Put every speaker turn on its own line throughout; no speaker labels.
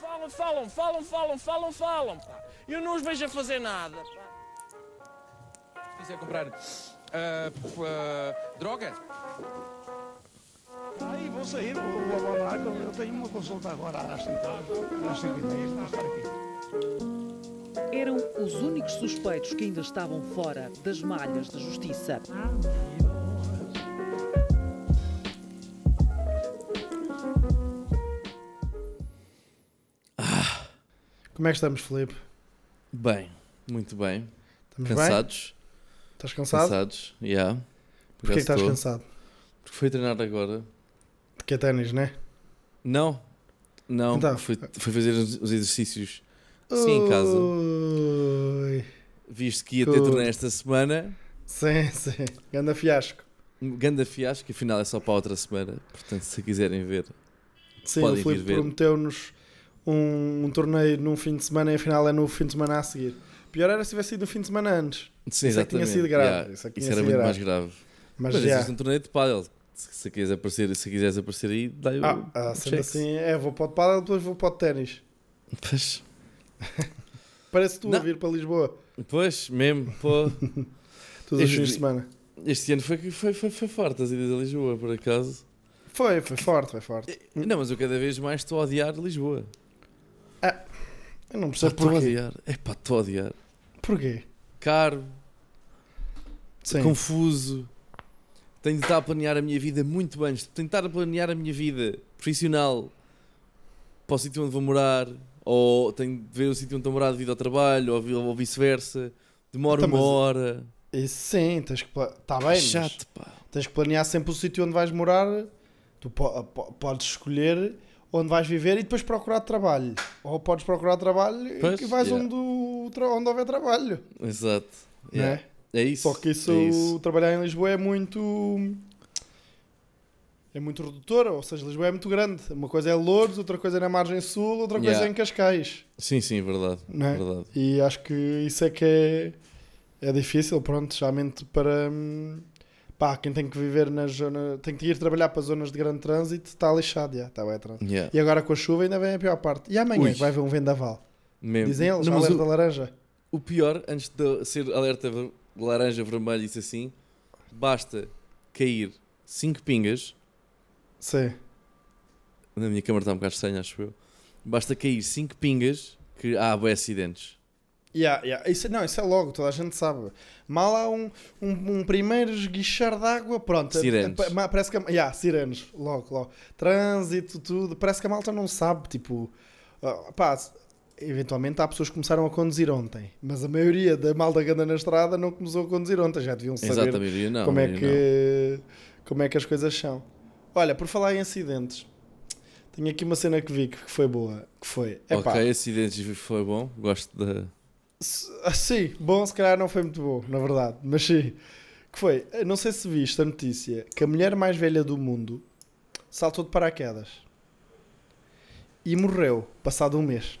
falam, falam, falam, falam, falam, falam, pá. Eu não os vejo a fazer nada, pá.
Se quiser comprar ah, p- ah, droga,
Tá Aí vou sair, vou, vou abandonar, que eu- eu tenho uma consulta agora então. às 5 horas. Às 5 e 10, vou estar tá aqui.
Eram os únicos suspeitos que ainda estavam fora das malhas de justiça.
Como é que estamos, Filipe?
Bem, muito bem.
Estamos bem?
cansados?
Estás cansado?
Cansados, yeah.
Tá?
Por
Porquê que
acaso
estás
estou.
cansado?
Porque fui treinar agora.
Porque é ténis, né?
Não, não.
Então.
fui, fui fazer os os exercícios. Sim, em casa.
Ui.
Visto que ia ter
Oh, Good.
torneio esta semana.
Sim, sim. Ganda fiasco.
Um grande fiasco, afinal é só para a outra semana. Portanto, se quiserem ver.
Sim,
Podem
o
vir
Filipe
ver.
prometeu-nos um, um torneio num fim de semana e afinal é no fim de semana a seguir. Pior era se tivesse sido no fim de semana antes.
Sim,
Isso é que tinha
exatamente.
sido grave,
yeah.
isso
Isso,
é que tinha
era
sido
muito
grave.
mais grave.
Mas
Mas,
já.
existe um torneio de pádel. Se, se quiseres aparecer, se quiseres aparecer aí, dá eu.
Ah, ah, sendo assim, é, vou para o paddle, depois vou para o ténis.
Pois,
Parece tu a
Não.
vir para Lisboa
pois, mesmo, pô.
todos os
Eu-
fins de semana.
Este ano foi, foi, foi, foi forte as idas a Lisboa, por acaso.
Foi, foi forte, foi forte.
Não, mas eu cada vez mais estou a odiar Lisboa.
Eu não
Só
percebo
estou a
porquê.
odiar. É pá, estou a odiar.
Porquê?
Caro,
Sim.
confuso. Tenho de estar a planear a minha vida muito antes. Tenho de estar a planear a minha vida profissional para o sítio onde vou morar. Ou tenho de ver o sítio onde estou a morar devido ao trabalho, ou vi- ou vice-versa. Demora
Então,
uma
mas- é
hora.
Isso sim, tens que. Está bem, mas
Chato, pá.
tens que planear sempre o sítio onde vais morar. Tu po- po- podes escolher onde vais viver e depois procurar trabalho. Ou podes procurar trabalho e-
Pois,
e vais
yeah.
onde, o tra- onde houver trabalho.
Exato.
né?
Yeah. É isso.
Só que isso,
É isso.
trabalhar em Lisboa é muito. É muito redutora, ou seja, Lisboa é muito grande. Uma coisa é Louros, outra coisa é na margem sul, outra coisa
Yeah.
é em Cascais.
Sim, sim, verdade.
Não é?
Verdade.
E acho que isso é que é, é difícil, pronto, geralmente para hum, pá, quem tem que viver na zona, tem que ir trabalhar para zonas de grande trânsito, está lixado, já, está bem trânsito.
Yeah.
E agora com a chuva ainda vem a pior parte. E amanhã
Hum. Ui.
que vai haver um vendaval.
Mesmo.
Dizem eles,
Não, mas
alerta
o-
laranja.
O pior, antes de ser alerta ver- laranja, vermelho e isso assim, basta cair 5 pingas.
Sim.
Na minha câmara está um bocado estranha, acho eu. Basta cair 5 pingas que há bué acidentes.
Yeah, yeah. Isso, não, isso é logo, toda a gente sabe. Mal há um, um, um primeiro esguichar d'água, pronto.
Sirenes.
Pa- ma- Parece que a, yeah, sirenes, logo, logo. Trânsito, tudo. Parece que a malta não sabe, tipo... ah, pá, se- eventualmente há pessoas que começaram a conduzir ontem, mas a maioria da malta que anda na estrada não começou a conduzir ontem, já deviam saber
Exato, a maioria não.
como,
a
é
maioria
que, como é que as coisas são. Olha, por falar em acidentes, tenho aqui uma cena que vi que foi boa, que foi...
não.
epá,
Ok, acidentes foi bom. Gosto da.
S- ah, Sim, bom, se calhar não foi muito bom, na verdade, mas sim. Que foi, eh, não sei se viste a notícia, que a mulher mais velha do mundo saltou de paraquedas e morreu passado um mês.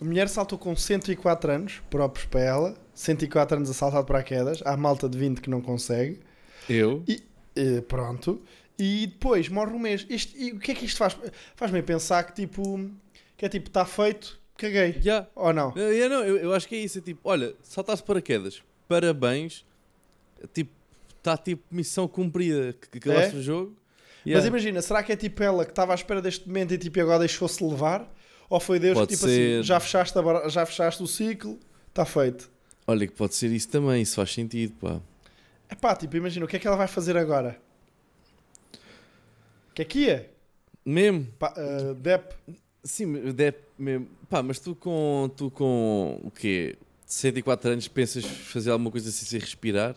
A mulher saltou com 104 anos, próprios para ela, 104 anos a saltar de paraquedas, há malta de 20 que não consegue,
Eu?
e eh, pronto. E depois morre um mês. Isto- e o que é que isto faz? Faz-me pensar que tipo, que é tipo, está feito, caguei.
Já.
Ou não?
Eu, eu não, eu, eu acho que é isso. É tipo, olha, saltaste paraquedas. Parabéns. Tipo, está tipo missão cumprida. Que que acabaste
É?
o jogo. Yeah.
Mas imagina, será que é tipo ela que estava à espera deste momento e tipo agora deixou-se levar? Ou foi Deus
Pode
que tipo assim,
ser.
já fechaste, a bar- já fechaste o ciclo, está feito.
Olha, que pode ser isso também. Isso faz sentido, pá.
É pá, tipo, imagina, o que é que ela vai fazer agora? O que é que ia?
Mesmo.
Pá, ah, Depp,
Sim, deve mesmo. Pá, mas tu com, tu com o quê? 104 anos pensas fazer alguma coisa assim sem respirar?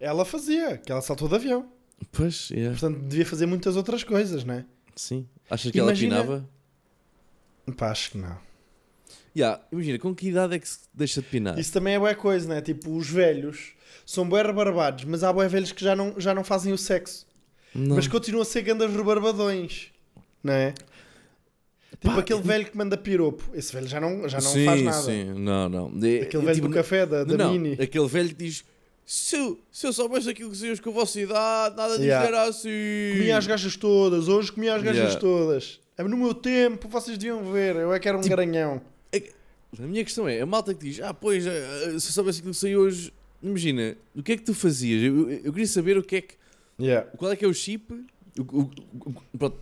ela fazia, que ela saltou de avião.
Pois, é.
Portanto, devia fazer muitas outras coisas, né?
Sim. Achas que
Imagina-
ela pinava?
Pá, acho que não.
Ya, imagina, com que idade é que se deixa de pinar?
Isso também é boa coisa, né? Tipo, os velhos são bué rebarbados, mas há bué velhos que já não, já não fazem o sexo.
Não.
Mas continuam a ser grandes rebarbadões, não é? Tipo
Pá,
aquele
e-
velho que manda piropo. Esse velho já não, já não
sim,
faz nada.
sim. Não, não. É-
Aquele
é
velho
tipo-
do café, da, da
não,
mini.
Aquele velho que diz: se, eu- se eu soubesse aquilo que saías com a vossa idade, nada disso
Ya.
era assim.
Comia as gajas todas, hoje comia as gajas
Yeah.
todas. É no meu tempo, vocês deviam ver. Eu é que era
Tipo-
um garanhão.
A minha questão é, a malta que diz, ah, pois, ah, ah, se eu soubesse aquilo que saiu hoje, imagina, o que é que tu fazias? Eu, eu- eu queria saber o que é que,
Yeah.
qual é que é o chip, o- o- o- pronto,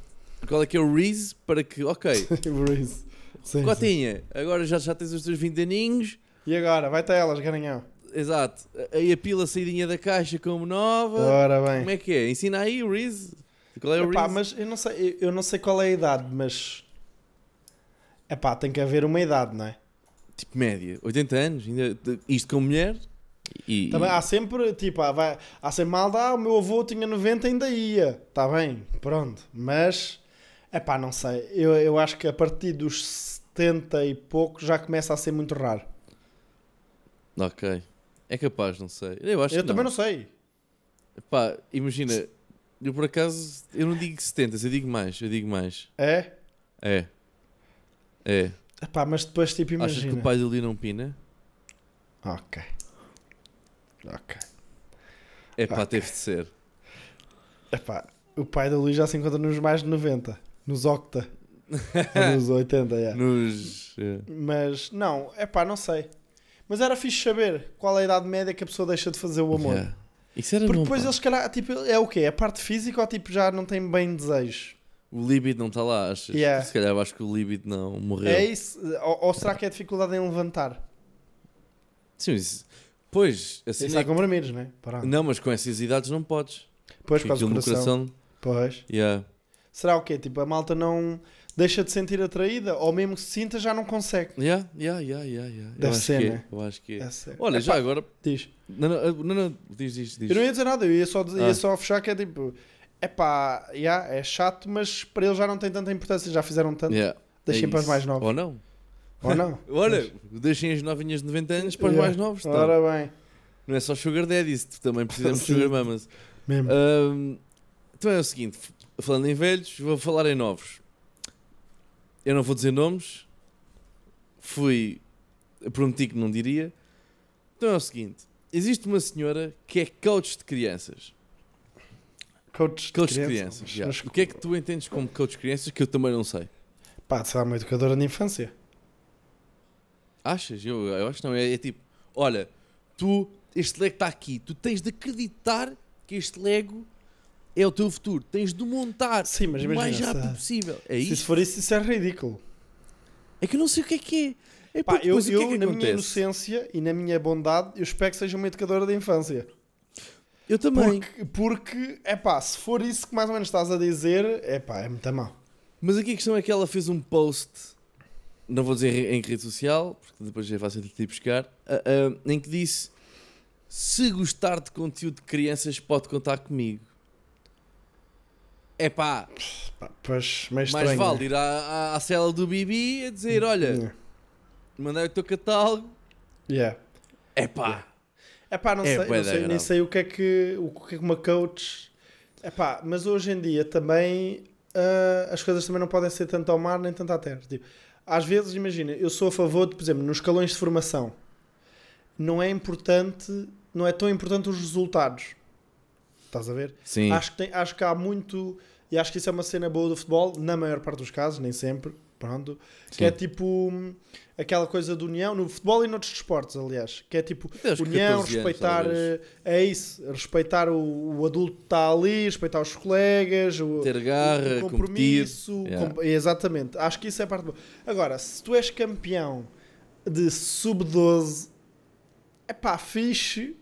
qual é que é o Reese para que, ok,
Por isso. Sim, sim.
Cotinha, agora já, já tens os teus 20 aninhos,
E agora? Vai-te a elas, garanhão.
exato, aí a pila saídinha da caixa como nova,
Ora bem.
como é que é? Ensina aí o Reese, qual é o
Ah. Epá,
Reese?
mas eu não sei, eu- eu não sei qual é a idade, mas epá, tem que haver uma idade, não é?
Tipo média, 80 anos, ainda, isto com mulher e...
Também
e-
há sempre, tipo, há, vai, há sempre malda, ah, o meu avô tinha 90 e ainda ia, está bem, pronto, mas epá, não sei, eu, eu acho que a partir dos 70 e pouco já começa a ser muito raro.
Ok. É capaz, não sei. Eu acho
eu
que
também
não.
não sei.
Pá, imagina, eu por acaso, eu não digo 70, eu digo mais, eu digo mais.
É?
É. É.
Epá, mas depois tipo
Achas que
imagina.
o pai dele não pina?
Ok. Ok.
É pá, teve de ser.
Epá, o pai da Luís já se encontra nos mais de 90, nos octa. Ou nos 80, é.
Nos. é.
Mas não, é pá, não sei. Mas era fixe saber qual é a idade média que a pessoa deixa de fazer o amor.
Yeah. Isso era
Porque
bom,
depois
pá.
eles, se calhar, tipo, é o quê? É a parte física ou tipo já não tem bem desejo?
O líbido não está lá, achas?
Yeah.
Se calhar eu acho que o líbido não morreu.
É isso? Ou, ou será que é dificuldade em levantar?
Sim, isso- Pois, assim.
Isso
é
é com bramires, né? Para.
que- Não, mas com essas idades não podes.
Pois,
Porque
por causa do
aquilo no
coração.
coração.
Pois.
Yeah.
Será o quê? Tipo, a malta não deixa de sentir atraída ou mesmo que se sinta já não consegue.
Yeah, yeah, yeah, yeah, yeah. Eu
Deve
acho
ser,
que é,
né?
Eu acho que é.
Essa-
Olha,
Epá,
já agora.
Diz.
Não, não, não, não, diz, diz, diz.
Eu não ia dizer nada, eu ia só, dizer-
Ah.
ia só fechar que é tipo, é pá, yeah, é chato, mas para eles já não tem tanta importância, já fizeram tanto.
Yeah,
Deixem para os
É, isso.
mais novos.
Ou não?
Ou não?
Olha, deixem as novinhas de 90 anos para os
Yeah.
mais novos. então.
Ora bem.
Não é só Sugar Daddies, tu também precisamos de
Sim.
Sugar Mamas.
Mesmo.
Ahm, então é o seguinte: f- falando em velhos, vou falar em novos. Eu não vou dizer nomes. Fui. Prometi que não diria. Então é o seguinte: existe uma senhora que é coach de crianças.
coach de
Coach de
crianças.
crianças. yeah.
Mas,
O que é que tu entendes como coach de crianças que eu também não sei?
Pá, será uma educadora de infância.
Achas? Eu, eu acho que não. É, é tipo, olha, tu, este Lego está aqui. Tu tens de acreditar que este Lego é o teu futuro. Tens de o montar
Sim, mas
o mais
imagina,
rápido
se-
possível. É
Se isso
isso?
for isso, isso é ridículo.
É que eu não sei o que é que é. É
Pá,
porque
eu,
depois o que é
eu,
que
na minha
acontece?
inocência e na minha bondade, eu espero que seja uma educadora de infância.
Eu também.
Porque, porque, é pá, se for isso que mais ou menos estás a dizer, é pá, é muito mal.
Mas aqui a questão é que ela fez um post, não vou dizer em rede social, porque depois é fácil de te ir buscar, ah, ah, em que disse: Se gostar de conteúdo de crianças, pode contar comigo. É pá,
Pá, pois, meio estranho.
mais é. vale
né?
ir à, à, à cela do Bibi a dizer: Olha,
Yeah.
mandei o teu catálogo.
Yeah.
É pá,
É pá, não
É
sei,
bué
não
da
sei, nem
grave.
sei o que é que, o que é que uma coach. É pá, mas hoje em dia também ah, as coisas também não podem ser tanto ao mar nem tanto à terra. Tipo, às vezes, imagina, eu sou a favor de, por exemplo, nos escalões de formação, não é importante, não é tão importante os resultados. Estás a ver?
sim.
Acho que, tem- acho que há muito. E acho que isso é uma cena boa do futebol, na maior parte dos casos, nem sempre. Pronto. Que
Sim.
é tipo hum, aquela coisa de união, no futebol e noutros desportos, aliás. Que é tipo
Até aos
união,
14 anos,
respeitar.
talvez.
eh, é isso. Respeitar o, o adulto que está ali, respeitar os colegas, o,
Ter garra,
o
competir.
compromisso.
Yeah.
com- exatamente. Acho que isso é parte boa. Agora, se tu és campeão de sub-12, é pá, fixe,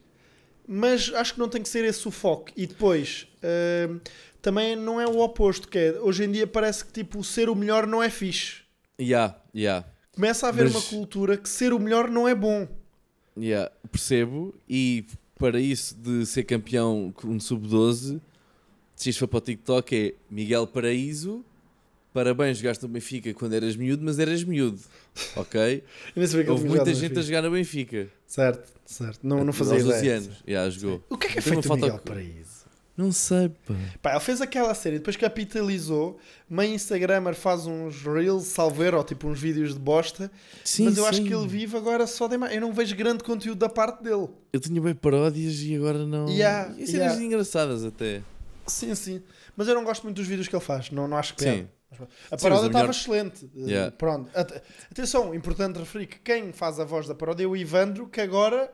mas acho que não tem que ser esse o foco. E depois, hum, também não é o oposto, que é, hoje em dia parece que tipo, ser o melhor não é fixe.
Yeah, yeah.
Começa a haver
Mas-
uma cultura que ser o melhor não é bom.
Yeah, percebo. E para isso de ser campeão com sub-12, se isto for para o TikTok, é Miguel Paraíso. Parabéns, jogaste no Benfica quando eras miúdo, mas eras miúdo. Ok?
Eu nem sabia É que
Houve
ele tinha
muita
jogado
gente
no
a jogar no Benfica.
Benfica. Certo, certo. Não, não fazia
aos 12
ideia.
anos. Yeah, jogou.
O que é que é
Tem uma
feito o
foto
Miguel
que-
para isso?
Não sei, pá.
Pá, ele fez aquela série, depois capitalizou, meio Instagramer faz uns reels, salver, ou tipo uns vídeos de bosta,
Sim,
mas eu acho
sim.
que ele vive agora só de imagem. Eu não vejo grande conteúdo da parte dele.
Eu tinha bem paródias e agora não.
Yeah,
e cenas
yeah.
engraçadas até.
Sim, sim. Mas eu não gosto muito dos vídeos que ele faz, não, não acho que
Sim.
é. A
mas
paródia
a
estava
melhor-
excelente. Uh,
Yeah.
Pronto. At- Atenção, importante referir que quem faz a voz da paródia é o Ivandro, que agora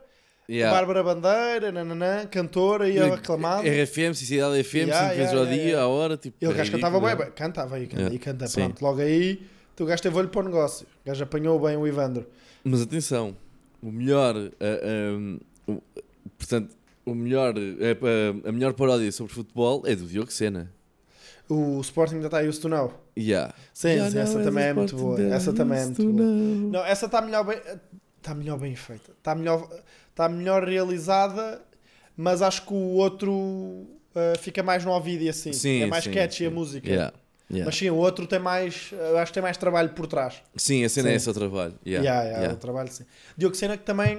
Yeah. é
Bárbara Bandeira, nananã, cantora e aclamada.
RFM, Sociedade FM,
Yeah,
5 vezes
yeah,
ao
yeah,
dia,
yeah.
à hora. Tipo,
Ele
é
gajo cantava
ridículo,
bem,
não é?
bem. Cantava e canta,
Yeah,
e canta.
sim.
Pronto, logo aí tu gajo teve olho para o negócio. O gajo apanhou bem o Ivandro.
Mas atenção, o melhor. ah, ahm, o- portanto, o melhor, eh, ah, a melhor paródia sobre futebol é do Diogo Sena.
O Sporting ainda está aí, o Stonal.
Yeah.
Sim, sim, essa também é muito boa. Essa também é muito boa. Não, essa está melhor bem. Está melhor bem feita. Está melhor, está melhor realizada, mas acho que o outro ah, fica mais no ouvido e assim.
Sim,
é mais
sim,
catchy a
sim.
música.
Yeah, yeah.
Mas sim, o outro tem mais. eu Acho que tem mais trabalho por trás.
Sim, a cena
Sim.
é esse o trabalho. Yeah,
Yeah, yeah,
yeah.
O trabalho sim. Diogo Sena que também.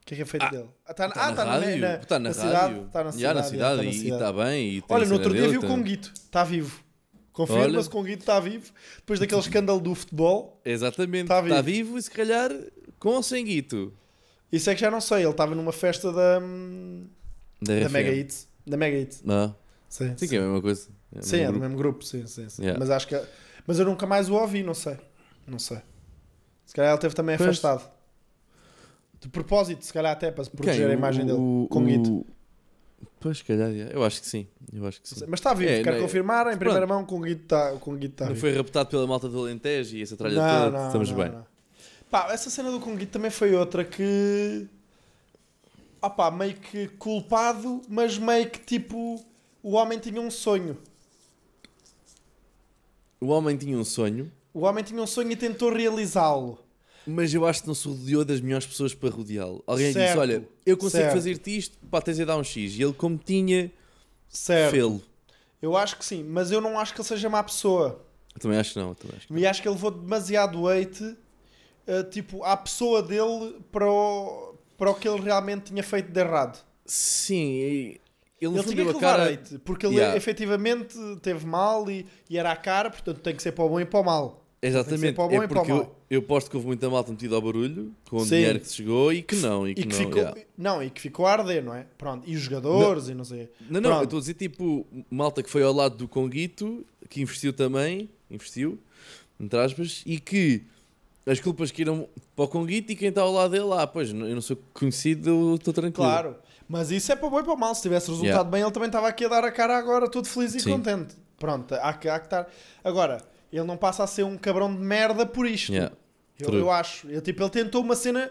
O que é que é feito dele? Ah, está
Está Tá na, rádio, está na, rádio.
cidade. Está na cidade.
Yeah, na
yeah, tá
cidade,
na
e- e
cidade.
está bem. E tem
Olha, no
cena
outro dia
dele,
viu
tem-
com o Guito, está vivo. Confirma-se
Olha.
com o Guito está vivo. Depois daqueles escândalo do futebol,
Exatamente,
Tá vivo.
está vivo. e se calhar com ou sem guito.
isso é que já não sei. Ele estava numa festa da,
Da,
da
FM.
Mega Hits. Da Mega Hits.
Não,
Sim,
sim
sim.
que é a mesma coisa. É o
Sim,
mesmo
é do
grupo.
mesmo grupo, sim, sim, sim.
Yeah.
Mas acho que. Mas eu nunca mais o ouvi, não sei. Não sei. Se calhar ele teve também
Pois.
afastado. De propósito, se calhar até para se proteger
Quem?
a imagem dele.
O-
com o Guito.
o- Pois, se calhar, yeah. eu acho que sim. Eu acho que
Não
sim.
sei. Mas está vivo,
É,
quero
não é-
confirmar em primeira mão com o Guito está com o Guito está
Não
vivo.
foi raptado pela malta do Alentejo e essa tralha toda, estamos bem.
não. Pá, essa cena do Conguito também foi outra que. Opá, meio que culpado, mas meio que tipo. O homem tinha um sonho.
O homem tinha um sonho,
O homem tinha um sonho e tentou realizá-lo.
mas eu acho que não se rodeou das melhores pessoas para rodeá-lo. Alguém
Certo,
disse: Olha, eu consigo
certo.
fazer-te isto, pá, tens de dar um X. E ele, como tinha,
Certo.
fê-lo.
Eu acho que sim, mas eu não acho que ele seja má pessoa.
Eu Também acho que não, eu também acho que
E acho que ele levou demasiado weight, eh, tipo, à pessoa dele para o, para o que ele realmente tinha feito de errado.
Sim, e- ele,
Ele
ele
tinha que
fundeu a
levar
cara.
leite, porque ele é
Yeah.
efetivamente teve mal e, e era a cara, portanto tem que ser para o bom e para o mal. Tem que ser
Exatamente,
para o bom
é
e para o
porque eu,
mau.
eu aposto que houve muita malta metida ao barulho com o
Sim.
dinheiro que se chegou e que não. E
E
que,
que
não,
ficou,
yeah.
não, e que ficou a arder, não é? Pronto, e os jogadores e não sei.
Não, não, eu
Pronto.
estou a dizer tipo, malta que foi ao lado do Conguito, que investiu também, investiu, entre aspas, e que as culpas que iram para o Conguito e quem está ao lado dele, ah, pois, eu não sou conhecido, eu estou tranquilo.
Claro, mas isso é para o bom e para o mal. Se tivesse resultado
Yeah.
bem, ele também estava aqui a dar a cara agora, todo feliz e
Sim.
contente. Pronto, há que, há que estar. Agora, ele não passa a ser um cabrão de merda por isto.
Yeah.
Eu,
True.
eu acho. Eu, tipo, ele tentou uma cena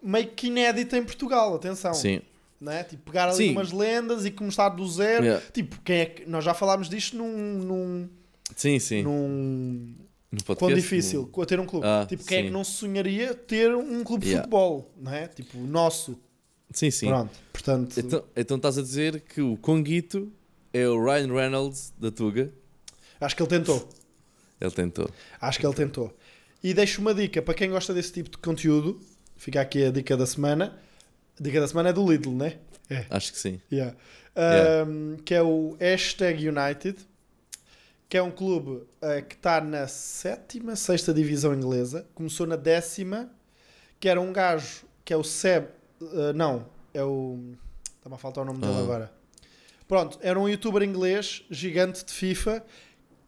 meio que inédita em Portugal, atenção.
Sim,
não é? Tipo, pegar ali
Sim.
umas lendas e começar do zero.
Yeah.
Tipo, quem é que. Nós já falámos disto num. num,
sim, sim.
num
No podcast,
quão difícil
no-
a ter um clube.
Ah,
tipo, quem é
sim.
que não sonharia ter um clube de
Yeah.
futebol, não é? Tipo, o nosso.
Sim, sim.
Pronto, portanto.
Então, então estás a dizer que o Conguito é o Ryan Reynolds da Tuga?
Acho que ele tentou.
Ele tentou.
Acho que ele tentou. E deixo uma dica para quem gosta desse tipo de conteúdo. Fica aqui a dica da semana. A dica da semana é do Lidl, né? É.
Acho que sim.
Yeah.
Yeah.
Um, que é o hashtag United, que é um clube uh, que está na sétima, sexta divisão inglesa, começou na décima, que era um gajo que é o Seb, uh, não, é o. Está-me a faltar o nome dele
Ah.
agora. Pronto, era um youtuber inglês, gigante de FIFA,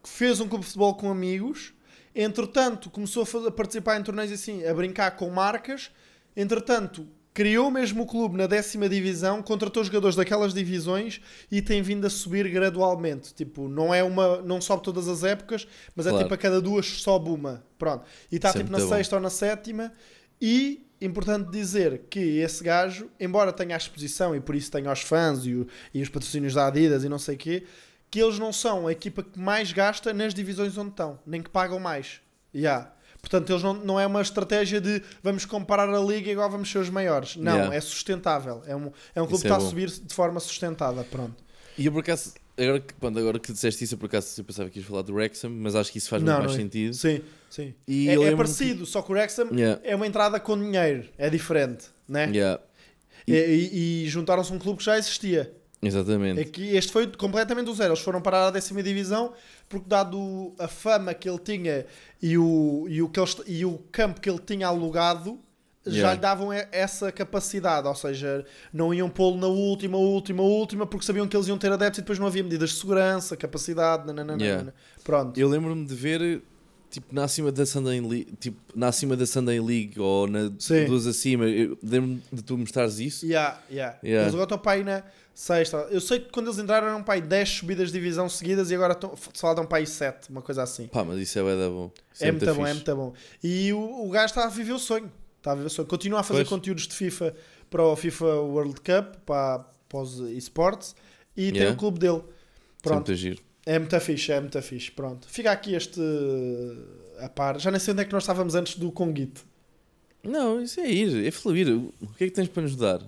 que fez um clube de futebol com amigos, entretanto começou a, fa- a participar em torneios assim, a brincar com marcas, entretanto criou mesmo o clube na décima divisão, contratou jogadores daquelas divisões e tem vindo a subir gradualmente. Tipo, não é uma, não sobe todas as épocas, mas é
Claro.
tipo a cada duas sobe uma. Pronto. E está
Isso é
tipo na
muito bom.
sexta ou na sétima e importante dizer que esse gajo, embora tenha a exposição e por isso tenha os fãs e, o- e os patrocínios da Adidas e não sei o quê, que eles não são a equipa que mais gasta nas divisões onde estão, nem que pagam mais. Yeah. Portanto, eles não, não é uma estratégia de vamos comparar a liga igual vamos ser os maiores. Não,
Yeah.
é sustentável. É um, é um clube
Isso
que
é
está a
bom.
subir de forma sustentada. Pronto.
E eu por acaso, agora que, pronto, agora que disseste isso, eu por acaso eu pensava que ias falar do Wrexham, mas acho que isso faz muito mais sentido.
é. Sim, sim.
E
é,
eu
é
lembro-me
parecido, só que o Wrexham
Yeah.
é uma entrada com dinheiro. É diferente, né?
Yeah,
E, e- e juntaram-se a um clube que já existia.
exatamente.
É que este foi completamente do zero. Eles foram parar à décima divisão porque, dado a fama que ele tinha e o, e o, que ele, est- e o campo que ele tinha alugado, já
Yeah.
lhe davam e- essa capacidade, ou seja, não iam pô-lo na última, última, última, porque sabiam que eles iam ter adeptos e depois não havia medidas de segurança, capacidade, nananana.
Yeah.
Pronto.
Eu lembro-me de ver tipo na acima da Sunday League, tipo na acima da Sunday League ou na
Sim.
duas acima, eu lembro-me de tu mostrares isso.
Yeah, yeah.
Yeah.
Eles agora estão para aí na sexta. Eu sei que quando eles entraram eram para aí 10 subidas de divisão seguidas e agora estão, faltam para aí 7, uma coisa assim.
Pá, mas isso é bué da bom. Isso
é muito bom,
fixe.
é muito bom. E o, o gajo está a viver o sonho. Está a viver o sonho. Continua a fazer
Pois.
conteúdos de FIFA para o FIFA World Cup, para, para os esportes e tem
Yeah.
o clube dele.
Isso é
Pronto.
muito giro.
É muito fixe, é muito fixe. Pronto. Fica aqui este uh, a par. Já nem sei onde é que nós estávamos antes do Conguito.
Não, isso é ir, é fluir. O que é que tens para nos dar?
O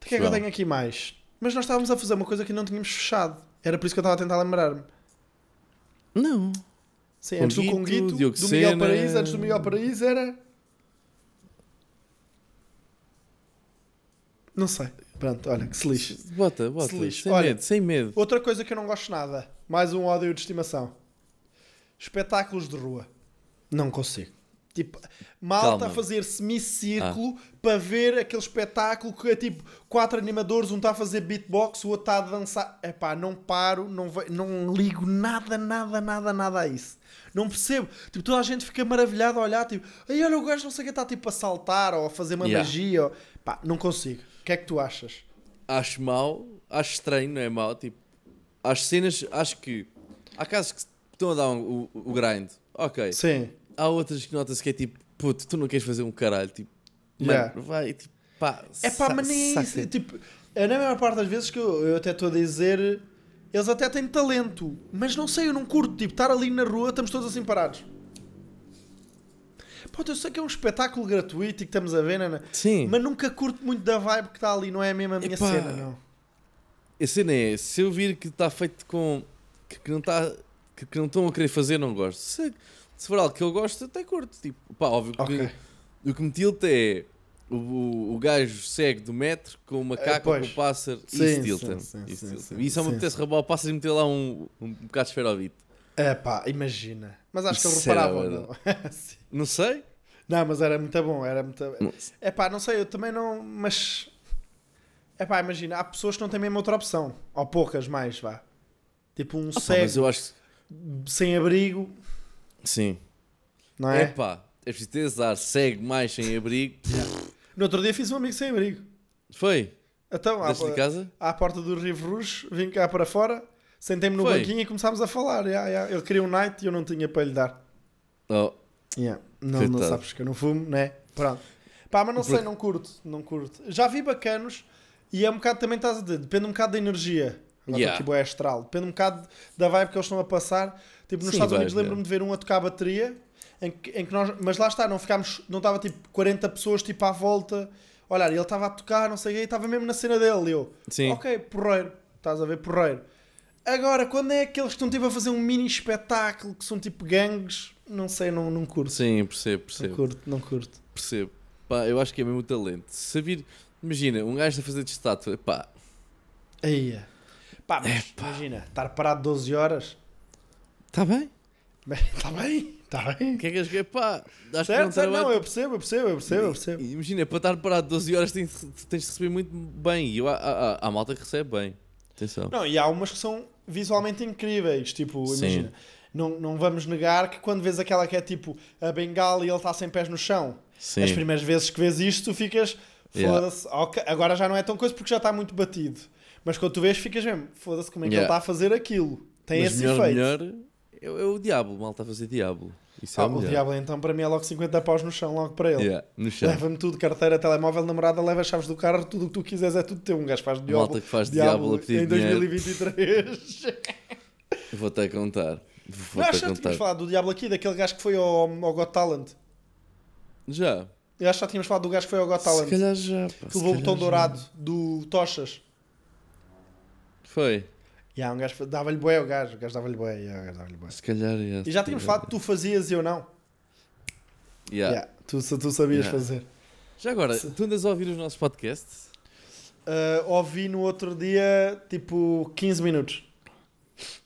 que é que eu
João.
tenho aqui mais? Mas nós estávamos a fazer uma coisa que não tínhamos fechado. Era por isso que eu estava a tentar lembrar-me.
Não.
Sim, antes do
Conguito,
Conguito,
Diogo
do Miguel
Sena.
Paraíso, antes do Miguel Paraíso era. Não sei. Pronto, olha, que se lixe.
Bota, bota.
Se lixe.
Sem
Olha.
medo, sem medo.
Outra coisa que eu não gosto nada. Mais um ódio de estimação. Espetáculos de rua. Não consigo. Tipo, malta
Calma.
a fazer semicírculo para ver aquele espetáculo que é tipo quatro animadores, um está a fazer beatbox, o outro está a dançar. Epá, não paro, não, ve- não ligo nada, nada, nada, nada a isso. Não percebo. Tipo, toda a gente fica maravilhada a olhar, tipo, aí olha o gajo não sei o que está tipo a saltar ou a fazer uma
Yeah.
magia. Ou... Pá, não consigo. O que é que tu achas?
Acho mau, acho estranho, não é mau. Tipo, as cenas, acho que. Há casos que estão a dar um- o, o grind. Ok.
Sim.
Há outras que nota-se que é tipo, puto, tu não queres fazer um caralho. Tipo, mano,
Yeah.
vai, tipo, pá.
É pá,
sa-
mas nem é
saca.
isso. Tipo, é na maior parte das vezes que eu, eu até estou a dizer, eles até têm talento, mas não sei, eu não curto. Tipo, estar ali na rua, estamos todos assim parados. Pô, eu sei que é um espetáculo gratuito e que estamos a ver, não, é?
Sim.
mas nunca curto muito da vibe que está ali, não é mesmo a minha
Epá.
cena, não.
A cena é, se eu vir que está feito com. que, que não está. Que, que não estão a querer fazer, não gosto. Se, se for algo que eu gosto, até curto. Tipo, pá, óbvio que.
Ok.
O que me tilta é. O, o, o gajo segue do metro com o
Eh,
macaco ou
pois.
com o pássaro.
Sim,
isso tilta-me.
sim, sim,
Isso é
sim,
tilta-me.
sim,
E só me
sim,
apetece roubar o pássaro e meter lá um, um bocado de esferovite.
É pá, imagina. Mas acho que ele
Isso era
reparava, não. Sim.
Não sei.
Não, mas era muito bom, era muito.
Não.
É pá, não sei, eu também não. Mas. É pá, imagina, há pessoas que não têm mesmo outra opção. Ou poucas mais, vá. Tipo um
Pá, mas
cego
eu acho
sem abrigo,
que. Sim.
não é?
É pá, é preciso ter azar. Segue mais sem abrigo.
No outro dia fiz um amigo sem abrigo.
Foi?
Então, à,
Deste de casa?
à porta do River Rouge, vim cá para fora, sentei-me no
Foi.
banquinho e começámos a falar. Ya, ya. Ele queria um night e eu não tinha para lhe dar.
Oh,
Ya. Não, não
Coitado.
sabes que eu não fumo, né? Pronto. Pá, mas não sei, não curto, não curto. Já vi bacanos e é um bocado também estás a dizer, depende um bocado da energia. Agora
Yeah.
yeah. tipo é astral, depende um bocado da vibe que eles estão a passar. Tipo, nos
Sim,
Estados
vai,
Unidos lembro-me de ver um a tocar a bateria, em que, em que nós, mas lá está, não ficámos, não estava tipo 40 pessoas tipo à volta. Olha, ele estava a tocar, não sei o quê, e estava mesmo na cena dele, e eu.
Sim.
Ok, porreiro, estás a ver porreiro. Agora, quando é aqueles que estão tipo a fazer um mini espetáculo, que são tipo gangues, não sei, não, não curto.
sim, percebo,
Não
percebo.
curto, não curto.
Percebo. Pá, eu acho que é mesmo o talento. Se vir, imagina, um gajo a fazer de estátua, pá,
Aí é. Pá, mas imagina, estar parado 12 horas.
está tá bem?
Está bem, está bem.
O que tá é que és que Pá, acho que
Certo, certo,
trabalha-
não, eu percebo, eu percebo, eu percebo, eu percebo.
Imagina, para estar parado 12 horas tens, tens de receber muito bem. E eu, há, há, há- há malta que recebe bem. Atenção.
Não, e há umas que são visualmente incríveis, tipo,
Sim.
imagina. Não, não vamos negar que quando vês aquela que é tipo a bengala e ele está sem pés no chão,
Sim.
as primeiras vezes que vês isto, tu ficas
Yeah.
foda-se, ok, agora já não é tão coisa porque já está muito batido. Mas quando tu vês, ficas mesmo, foda-se, como é que
Yeah.
ele está a fazer aquilo? Tem
Mas
esse
melhor,
efeito.
melhor é, é o diabo. Malta a fazer diabo. Isso é
Ah,
o
o
melhor.
diabo então para mim é logo 50 paus no chão, logo para ele.
Yeah, no chão.
Leva-me tudo, carteira, telemóvel, namorada, leva as chaves do carro, tudo o que tu quiseres é tudo teu. Um gajo faz diabo,
Malta que faz diabo a pedir
em
dinheiro.
2023.
Vou-te a contar.
Não
Vou-te
acho
a
que tínhamos
contar.
falado do diabo aqui, daquele gajo que foi ao, ao Got Talent.
Já.
Eu acho que já tínhamos falado do gajo que foi ao Got Talent.
Se calhar já. pá,
que
se
levou o
calhar
botão
já.
dourado do Tochas.
Foi.
E há um gajo dava-lhe boé o gajo, o gajo dava-lhe boé, yeah, o gajo dava-lhe bué.
Se calhar é.
E já tínhamos falado que tu fazias e eu não.
Yeah.
Yeah, tu, tu sabias
Yeah.
fazer.
Já agora, tu andas a ouvir os nossos podcasts?
Ah, ouvi no outro dia tipo 15 minutos.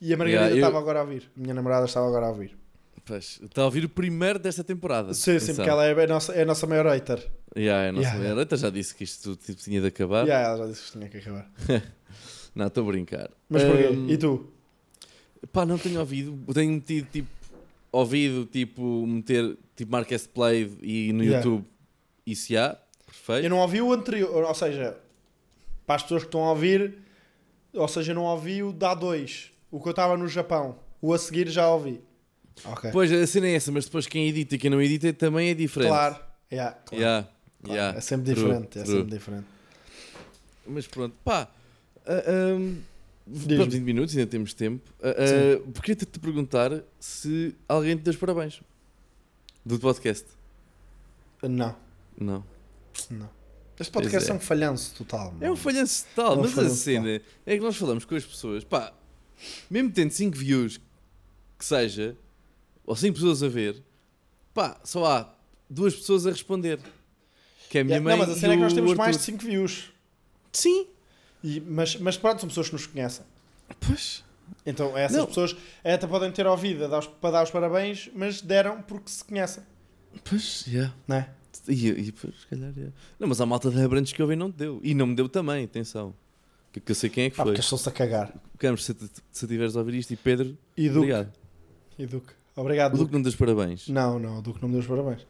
E a Margarida
Yeah, eu-
estava agora a ouvir. A minha namorada estava agora a ouvir.
Pois, está a ouvir o primeiro desta temporada.
Sim, sim, porque ela é a nossa, é a nossa maior hater.
Yeah, a nossa
Yeah.
mulher, até então já disse que isto tipo, tinha de acabar.
Yeah, ela já disse que isto tinha que acabar.
Não, estou a brincar.
Mas porquê?
Ahm,
E tu?
Pá, não tenho ouvido. Tenho metido tipo. Ouvido tipo meter tipo Marques Play e no
Yeah.
YouTube isso há. Perfeito.
Eu não ouvi o anterior, ou seja, para as pessoas que estão a ouvir, ou seja, eu não ouvi o da 2, o que eu estava no Japão, o a seguir já ouvi. Ok.
Pois a cena é essa, mas depois quem edita e quem não edita também é diferente.
Claro. Yeah, claro.
Yeah,
claro.
yeah,
É sempre
true,
diferente, é
true.
sempre diferente.
Mas pronto, pá. ah, ahm,
Diz-me.
pronto, 20 minutos, ainda temos tempo. Uh, Queria-te te perguntar se alguém te deu os parabéns do podcast.
Não,
Não.
não. Este podcast
é.
é. um falhanço total. mano.
É um falhanço tal,
É um
mas a
falhanço
cena é que nós falamos com as pessoas, pá, mesmo tendo 5 views que seja, ou 5 pessoas a ver, pá, só há duas pessoas a responder. Que é a minha
Yeah,
mãe.
não, mas a
e
cena é que nós
o
temos
Arthur.
mais de 5 views.
Sim,
E- mas, mas pronto, são pessoas que nos conhecem.
pois.
Então, essas
Não.
pessoas até podem ter ouvido a dar os- para dar os parabéns, mas deram porque se conhecem.
Pois, yeah.
Não é?
E, e pois, se calhar, yeah. Não, mas a malta da Abrantes que eu vi não te deu. E não me deu também, atenção. Que, que eu sei quem é que
Pá,
foi.
porque eles estão-se a cagar.
Campos, se, se tiveres a ouvir isto, e Pedro,
E Duque.
obrigado.
E Duque. Obrigado,
O Duque
Duque.
não deu os parabéns.
Não, não, o Duque não me deu os parabéns.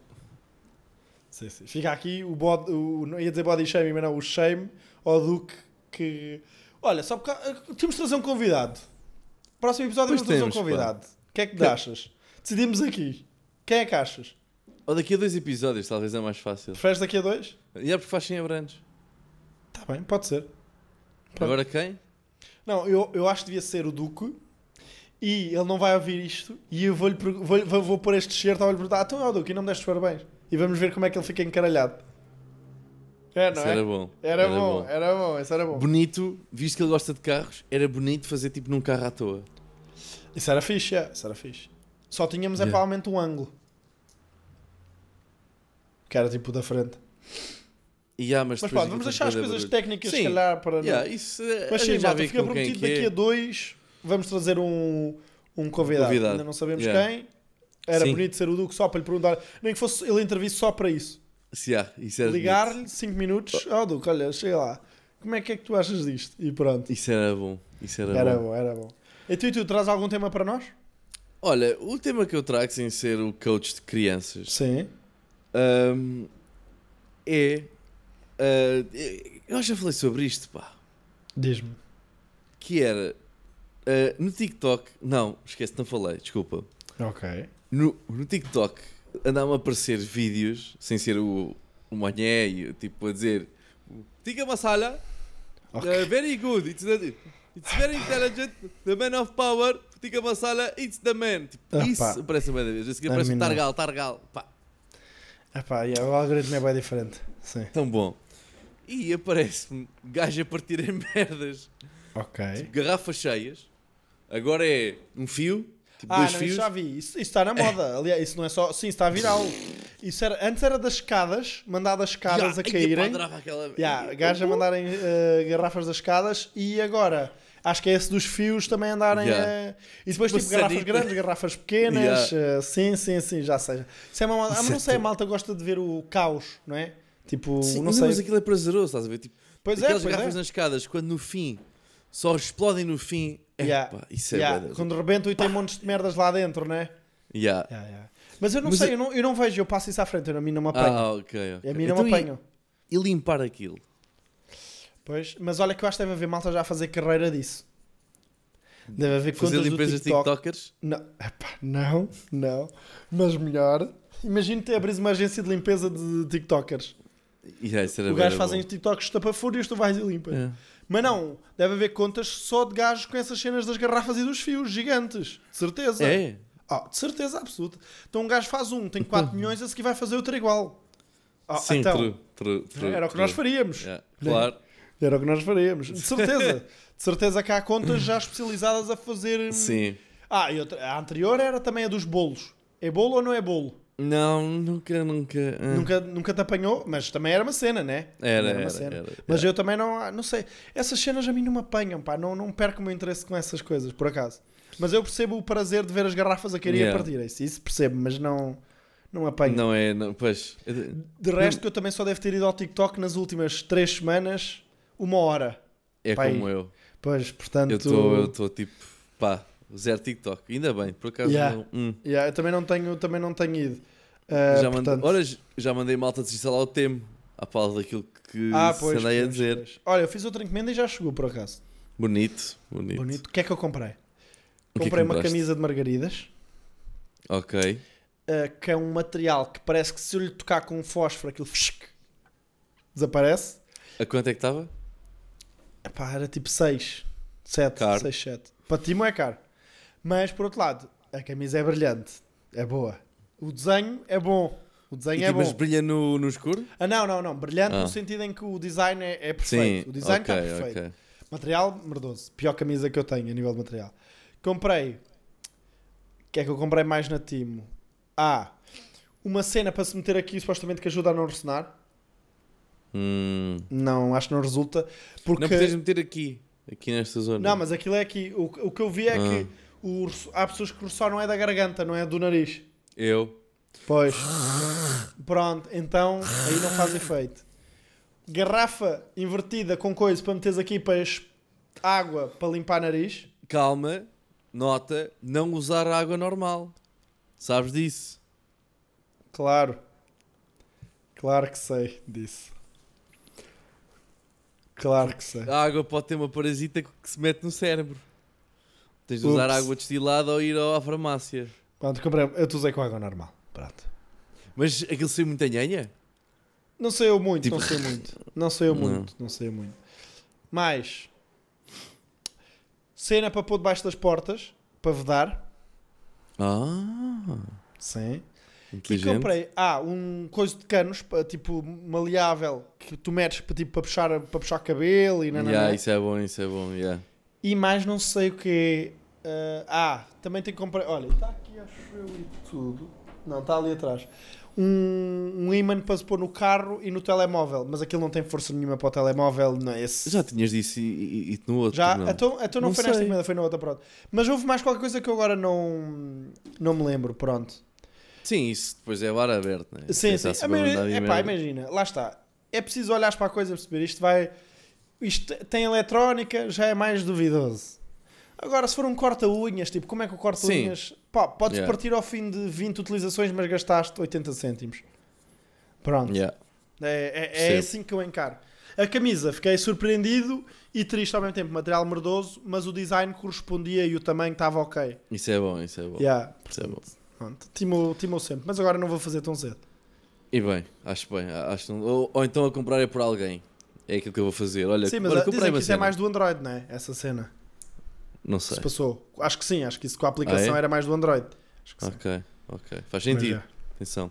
Sim, sim. Fica aqui o body. O, não ia dizer body shame, mas não, o shame ao Duque que. Olha, só porque. Temos de trazer um convidado. Próximo episódio
Pois
vamos trazer um
temos, pá.
convidado. O que é que te achas? Decidimos aqui. Quem é que achas?
Ou daqui a dois episódios, talvez é mais fácil.
Preferes daqui a dois?
E é porque faz sem Abrantes.
Tá bem, pode ser. Pronto.
Agora quem?
Não, eu, eu acho que devia ser o Duque e ele não vai ouvir isto e eu vou-lhe pergu- vou, vou, vou pôr este shirt e vou-lhe perguntar, ah, então é o Duque e não me deste os parabéns. E vamos ver como é que ele fica encaralhado. É, não
Isso
é?
era bom.
Era, bom, era bom, isso era bom.
Bonito, visto que ele gosta de carros, era bonito fazer tipo num carro à toa.
Isso era fixe, é, isso era fixe. Só tínhamos é
Yeah.
provavelmente um ângulo. Que era tipo da frente.
E há, mas
Mas
depois
pronto, vamos
aquilo
deixar as
depois é
coisas
barulho.
técnicas,
Sim.
se calhar, para não- é?
Yeah, isso, eh,
Mas
a
sim,
gente já
malta,
vê
fica
com quem
prometido
que é.
daqui a dois. Vamos trazer um, um convidado.
Convidado,
Ainda não sabemos
yeah.
quem. Era
Sim.
bonito ser o Duque só para lhe perguntar. Nem que fosse ele entrevista só para isso.
Se há, isso era bonito.
Ligar-lhe 5 minutos. Ó Duque, olha, chega lá. Como é que é que tu achas disto? E pronto.
Isso era bom. Isso era,
era
bom.
bom, era bom. Então, e tu traz algum tema para nós?
Olha, o tema que eu trago sem ser o coach de crianças
Sim.
Ahm, é. ah, eu já falei sobre isto, pá.
Diz-me.
Que era. ah, no TikTok. Não, esquece, não falei, desculpa.
Ok.
No, no TikTok andavam a aparecer vídeos, sem ser o, o Manhé, e o tipo a dizer. Tika Masala, uh, very good, it's, the, it's very intelligent, the man of power, Tika Masala, it's the man. Tipo,
Ah,
isso
pá.
aparece uma vez, a seguir
A
aparece
mim não.
um Targal, Targal, pá.
Epá, yeah, o algoritmo é bem diferente. Sim.
Tão bom. E aparece-me gajo a partirem merdas,
Ok.
garrafas cheias. Agora é um fio, tipo
Ah,
dois
não, isso
fios.
já vi. Isso, isso está na moda. Aliás, isso não é só. Sim, está viral. Isso era, antes era das escadas, mandar das escadas
Já,
a
ai, epá,
caírem.
adorava aquela-
Yeah, gajos a mandarem eh, garrafas das escadas e agora acho que é esse dos fios também andarem
Yeah.
a. E depois
Uma
tipo garrafas
sanita.
grandes, garrafas pequenas. eh, sim, sim, sim, já sei. Isso é uma malta, ah, mas não sei, a malta gosta de ver o caos, não é? Tipo,
Sim,
não sei.
mas aquilo é prazeroso, estás a ver? Tipo,
Pois é,
aquelas
pois
garrafas
é.
nas escadas, quando no fim só explodem no fim. Epá,
Yeah,
isso é
yeah,
verdade.
Quando rebentam e tem montes de merdas lá dentro, não é?
Yeah.
Yeah, yeah. Mas eu não
Mas
sei,
é-
eu, não, eu não vejo, eu passo isso à frente, eu, a mim não me apanho.
Ah, ok. ok.
É a mim não me
Então, e-
apanho.
E, limpar aquilo.
Pois, mas olha que eu acho que deve haver malta já a fazer carreira disso. Deve haver
Fazer
contas do
limpezas de
TikTok.
TikTokers.
Não, epá, não, não. Mas melhor. Imagina te abres uma agência de limpeza de TikTokers.
Yeah, isso era
o
bué
gajo
da
fazem os
É bom.
TikToks tapafúrios, tu vais e limpas.
É.
Mas não, deve haver contas só de gajos com essas cenas das garrafas e dos fios gigantes. De certeza.
É.
Oh, de certeza absoluta. Então um gajo faz um, tem 4 milhões, a seguir vai fazer outro igual. Oh,
Sim,
então,
true, true, true,
era o que
true.
nós faríamos.
Yeah,
Não é?
Claro.
Era o que nós faríamos. De certeza. De certeza que há contas já especializadas a fazer. hum,
Sim.
Ah, e outra- a anterior era também a dos bolos. É bolo ou não é bolo?
Não, nunca, nunca. ah.
Nunca, nunca te apanhou, mas também era uma cena, né?
Era,
Também uma
era,
cena.
era,
mas eu ah, também não, não sei. Essas cenas a mim não me apanham, pá. Não, não perco o meu interesse com essas coisas, por acaso. Mas eu percebo o prazer de ver as garrafas a caírem
Yeah.
a partirem. Isso percebo, mas não, não apanho.
Não é, não, pois.
De resto, que eu também só devo ter ido ao TikTok nas últimas três semanas, uma hora.
É
Pai,
como eu.
Pois, portanto.
Eu estou eu tô, tipo, pá, zero TikTok. Ainda bem, por acaso
Yeah.
não. hum.
Yeah, eu também não tenho, também não tenho ido. Ah,
já, mandei,
portanto-
ora, já mandei malta desinstalar o tema. À pala daquilo que
Ah,
se
pois,
andei a
pois,
dizer.
pois. Olha, eu fiz outra encomenda e já chegou por acaso.
Bonito, bonito.
Bonito. O que é que eu comprei?
O que é que
Comprei uma
compraste?
camisa de margaridas,
Ok.
ah, que é um material que parece que se eu lhe tocar com um fósforo, aquilo fshk, desaparece.
A quanto é que estava?
Epá, era tipo 6, 7,
Caro.
6, 7. Para ti não é caro. Mas por outro lado, a camisa é brilhante, é boa. O desenho é bom. O desenho é bom.
tipo, mas brilha no, no escuro?
Ah, não, não, não. Brilhante
Ah.
no sentido em que o design é, é perfeito.
Sim.
o design está
ok,
perfeito.
ok.
Material, merdoso. Pior camisa que eu tenho a nível de material. Comprei. O que é que eu comprei mais na Timo? Ah, uma cena para se meter aqui, supostamente que ajuda a não ressonar.
Hum.
Não, acho que não resulta. Porque.
Não podes meter aqui. Aqui nesta zona.
Não, mas aquilo é que o, o que eu vi é
Ah.
que o resso- há pessoas que o ressor não é da garganta, não é do nariz.
Eu.
Pois. Pronto, então aí não faz efeito. Garrafa invertida com coisa para meteres aqui para es- água para limpar nariz.
Calma. Nota. Não usar água normal. Sabes disso?
Claro. Claro que sei disso. Claro que sei.
A água pode ter uma parasita que se mete no cérebro. Tens de usar
Ups.
água destilada ou ir ao- à farmácia.
Pronto, comprei. Eu te usei com água normal. Pronto.
Mas aquilo saiu muita nhanha?
Não sei eu muito,
Tipo-
não sei muito. Não sei eu
Não.
muito, não sei eu muito. Mas cena para pôr debaixo das portas, para vedar.
Ah,
Sim. E
inteligente.
comprei, ah, um coisa de canos, pa- tipo, maleável, que tu metes pa- tipo, para puxar, para puxar cabelo e nananã.
Yeah, isso é bom, isso é bom, yeah.
E mais não sei o que Ah, também tem que comprar. Olha, está aqui, acho eu, e tudo. Não, está ali atrás. Um, um imã para se pôr no carro e no telemóvel. Mas aquilo não tem força nenhuma para o telemóvel. Não, é esse...
Já tinhas disso e, e- e no outro,
Já?
não? é?
Então, então não,
Não
foi nesta
sei.
encomenda, foi na outra, pronto. Mas houve mais qualquer coisa que eu agora não, não me lembro, pronto.
Sim, isso depois é bar aberto, né?
Sim, sim. É
Tentar-se
A maioria-
mandar em
epá,
merda.
imagina, lá está. É preciso olhar para a coisa e perceber. Isto vai. Isto tem eletrónica, já é mais duvidoso. Agora, se for um corta-unhas, tipo, como é que o corta-unhas. Pá, podes
Yeah.
partir ao fim de 20 utilizações, mas gastaste 80 cêntimos. Pronto.
Yeah.
É, é- é
Percebo.
assim que eu encaro. A camisa, fiquei surpreendido e triste ao mesmo tempo. Material merdoso, mas o design correspondia e o tamanho estava ok.
Isso é bom, isso é bom.
Yeah.
Isso é bom.
Pronto. Timou, timou sempre, mas agora não vou fazer tão cedo.
E bem, acho bem. Acho, ou, ou então a comprar é por alguém. É aquilo que eu vou fazer. Olha,
Sim, mas
olha,
ah,
comprei
dizem que
uma
isso é
cena.
mais do Android, não é? Essa cena
Não
que
sei.
se passou. Acho que sim, acho que isso com a aplicação
Ah, é?
era mais do Android. Acho que sim.
Ok, ok. Faz
Mas
sentido.
é.
Atenção.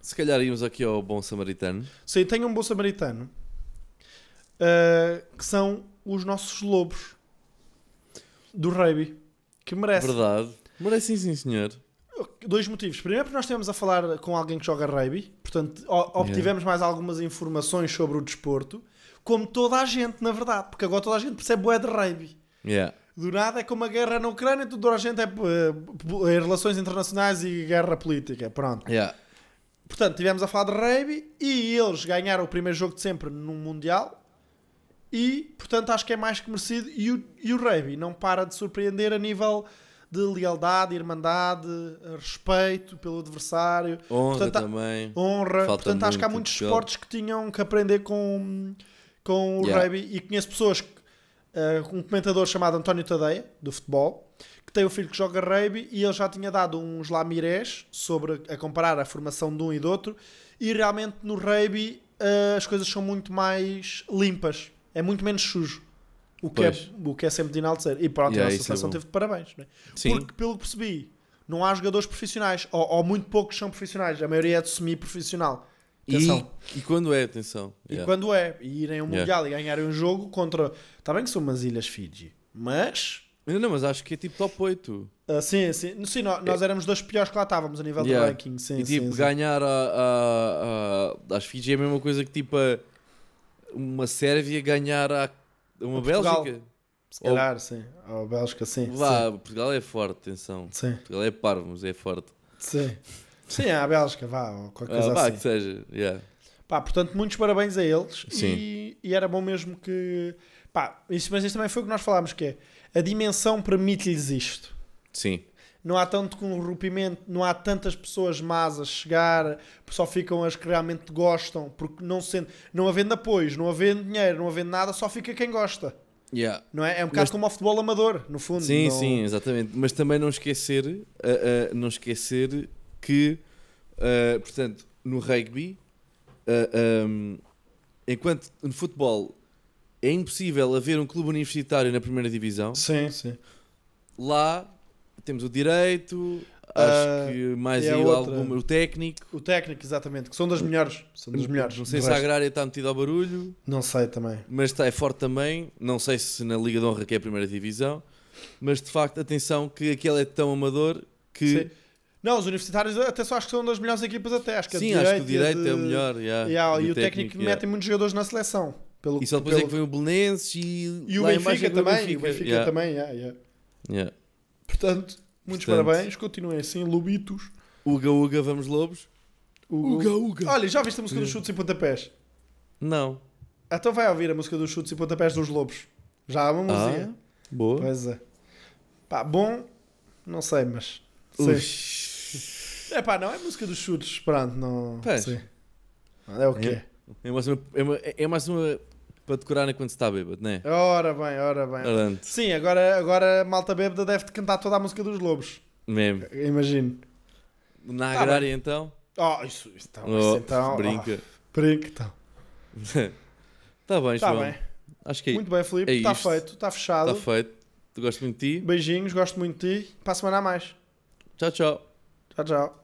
Se calhar íamos aqui ao Bom Samaritano.
Sim, tem um bom samaritano ah, que são os nossos lobos do Raby que merece
Verdade. Merece sim, sim, senhor.
dois motivos. Primeiro, porque nós estivemos a falar com alguém que joga Raby, portanto, o- obtivemos mais algumas informações sobre o desporto, como toda a gente, na verdade, porque agora toda a gente percebe bué de Raby.
Yeah.
Do nada é como a guerra na Ucrânia, tudo a gente é eh, po- eh, relações internacionais e guerra política. Pronto.
Yeah.
Portanto, tivemos a falar de rugby e eles ganharam o primeiro jogo de sempre num Mundial. E, portanto, acho que é mais que merecido. E o, e o rugby não para de surpreender a nível de lealdade, irmandade, respeito pelo adversário,
Honra
Portanto, tá- um há-
também.
honra.
Falta
portanto, acho que há
muito em
muitos
Portugal.
esportes que tinham que aprender com, com o
Yeah.
rugby. E conheço pessoas, que, eh, um comentador chamado António Tadeia, do futebol, que tem um filho que joga rugby e ele já tinha dado uns lamirés sobre a comparar a formação de um e do outro. E realmente no rugby eh, as coisas são muito mais limpas, é muito menos sujo. O que, é,
Pois.
o que é sempre de enaltecer. E pronto,
Yeah,
a nossa
isso é
seleção
bom.
teve de parabéns. Não é?
Sim.
Porque, pelo que percebi, não há jogadores profissionais, ou, ou muito poucos são profissionais, a maioria é de semi-profissional. Atenção.
E, e quando é, atenção.
E,
Yeah.
quando é, e irem ao
Yeah.
Mundial e ganharem um jogo contra. Está bem que são umas ilhas Fiji, mas.
Não, não, mas acho que é tipo top 8.
ah, sim, sim, sim nó- nós éramos dos piores que lá estávamos a nível
Yeah.
de ranking. Sim,
e tipo,
sim, sim.
ganhar a, a, a, às Fiji é a mesma coisa que tipo a, uma Sérvia ganhar a, a uma
Portugal.
Bélgica.
Se calhar, sim. Ou a Bélgica, sim.
Vá, Portugal é forte, atenção.
Sim, sim.
Portugal é parvo, mas é forte.
Sim, sim é a Bélgica, vá, ou qualquer coisa
Ah, vá, que
assim.
seja. yeah.
Pá, portanto, muitos parabéns a eles.
Sim.
E, e era bom mesmo que. Pá, isso, mas isso também foi o que nós falámos: que é a dimensão permite-lhes isto.
Sim.
Não há tanto corrompimento, não há tantas pessoas más a chegar, só ficam as que realmente gostam, porque não sendo, não havendo apoios, não havendo dinheiro, não havendo nada, só fica quem gosta.
Yeah.
Não é? É um bocado
Mas-
como ao futebol amador, no fundo.
Sim,
não-
sim, exatamente. Mas também não esquecer, ah, ah, não esquecer que, ah, portanto, no rugby, ah, ahm, enquanto no futebol é impossível haver um clube universitário na primeira divisão,
Sim, sim.
lá temos o direito,
Ah,
acho que mais
e a
aí
outra?
alguma, o técnico.
O técnico, exatamente, que são das melhores. São das melhores.
Não sei
De
se a
resto,
agrária está metida ao barulho,
Não sei também.
mas está, é forte também. Não sei se na Liga de Honra que é a primeira divisão, mas de facto, atenção que aquele é tão amador que.
Sim. Não, os universitários até só acho que são das melhores equipas até. Acho que a
Sim,
de
acho que o
e a
direito
de-
é o melhor. yeah,
Yeah,
do
e o técnico,
yeah.
metem muitos jogadores na seleção. Pelo,
E só depois é
pelo-
que vem o Belenenses e,
E o
lá em
Benfica
baixo é que vem
também. O Benfica
Yeah,
também, yeah, yeah.
yeah.
Portanto, muitos
Portanto.
parabéns. Continuem assim, lobitos.
Uga, uga, vamos lobos?
Uga, uga. Olha, já ouviste a música dos chutes e pontapés?
Não.
Então vai ouvir a música dos chutes e pontapés dos lobos. Já há uma
Ah.
música.
Boa.
Pois é. Pá, bom, não sei, mas... Sim.
Ux.
É pá, não é música dos chutes, pronto, não...
Pois.
Sim. É o que é.
É mais uma, é, uma, é mais uma para decorar quando se está bêbado, não é?
Ora bem, ora bem.
Arante,
Sim, agora, agora a malta bêbada deve te cantar toda a música dos lobos.
mesmo.
Imagino.
Na
Tá
agrária então?
Oh, isso, isso então,
Oh,
isso então.
brinca.
Oh, brinca então.
Está bem,
Está
João.
bem.
Acho que
Muito bem, Filipe.
um- é
Está
isto. Tá
feito, está fechado.
está feito. Gosto muito de ti.
Beijinhos, gosto muito de ti. Para a semana a mais.
Tchau, tchau.
Tchau, tchau.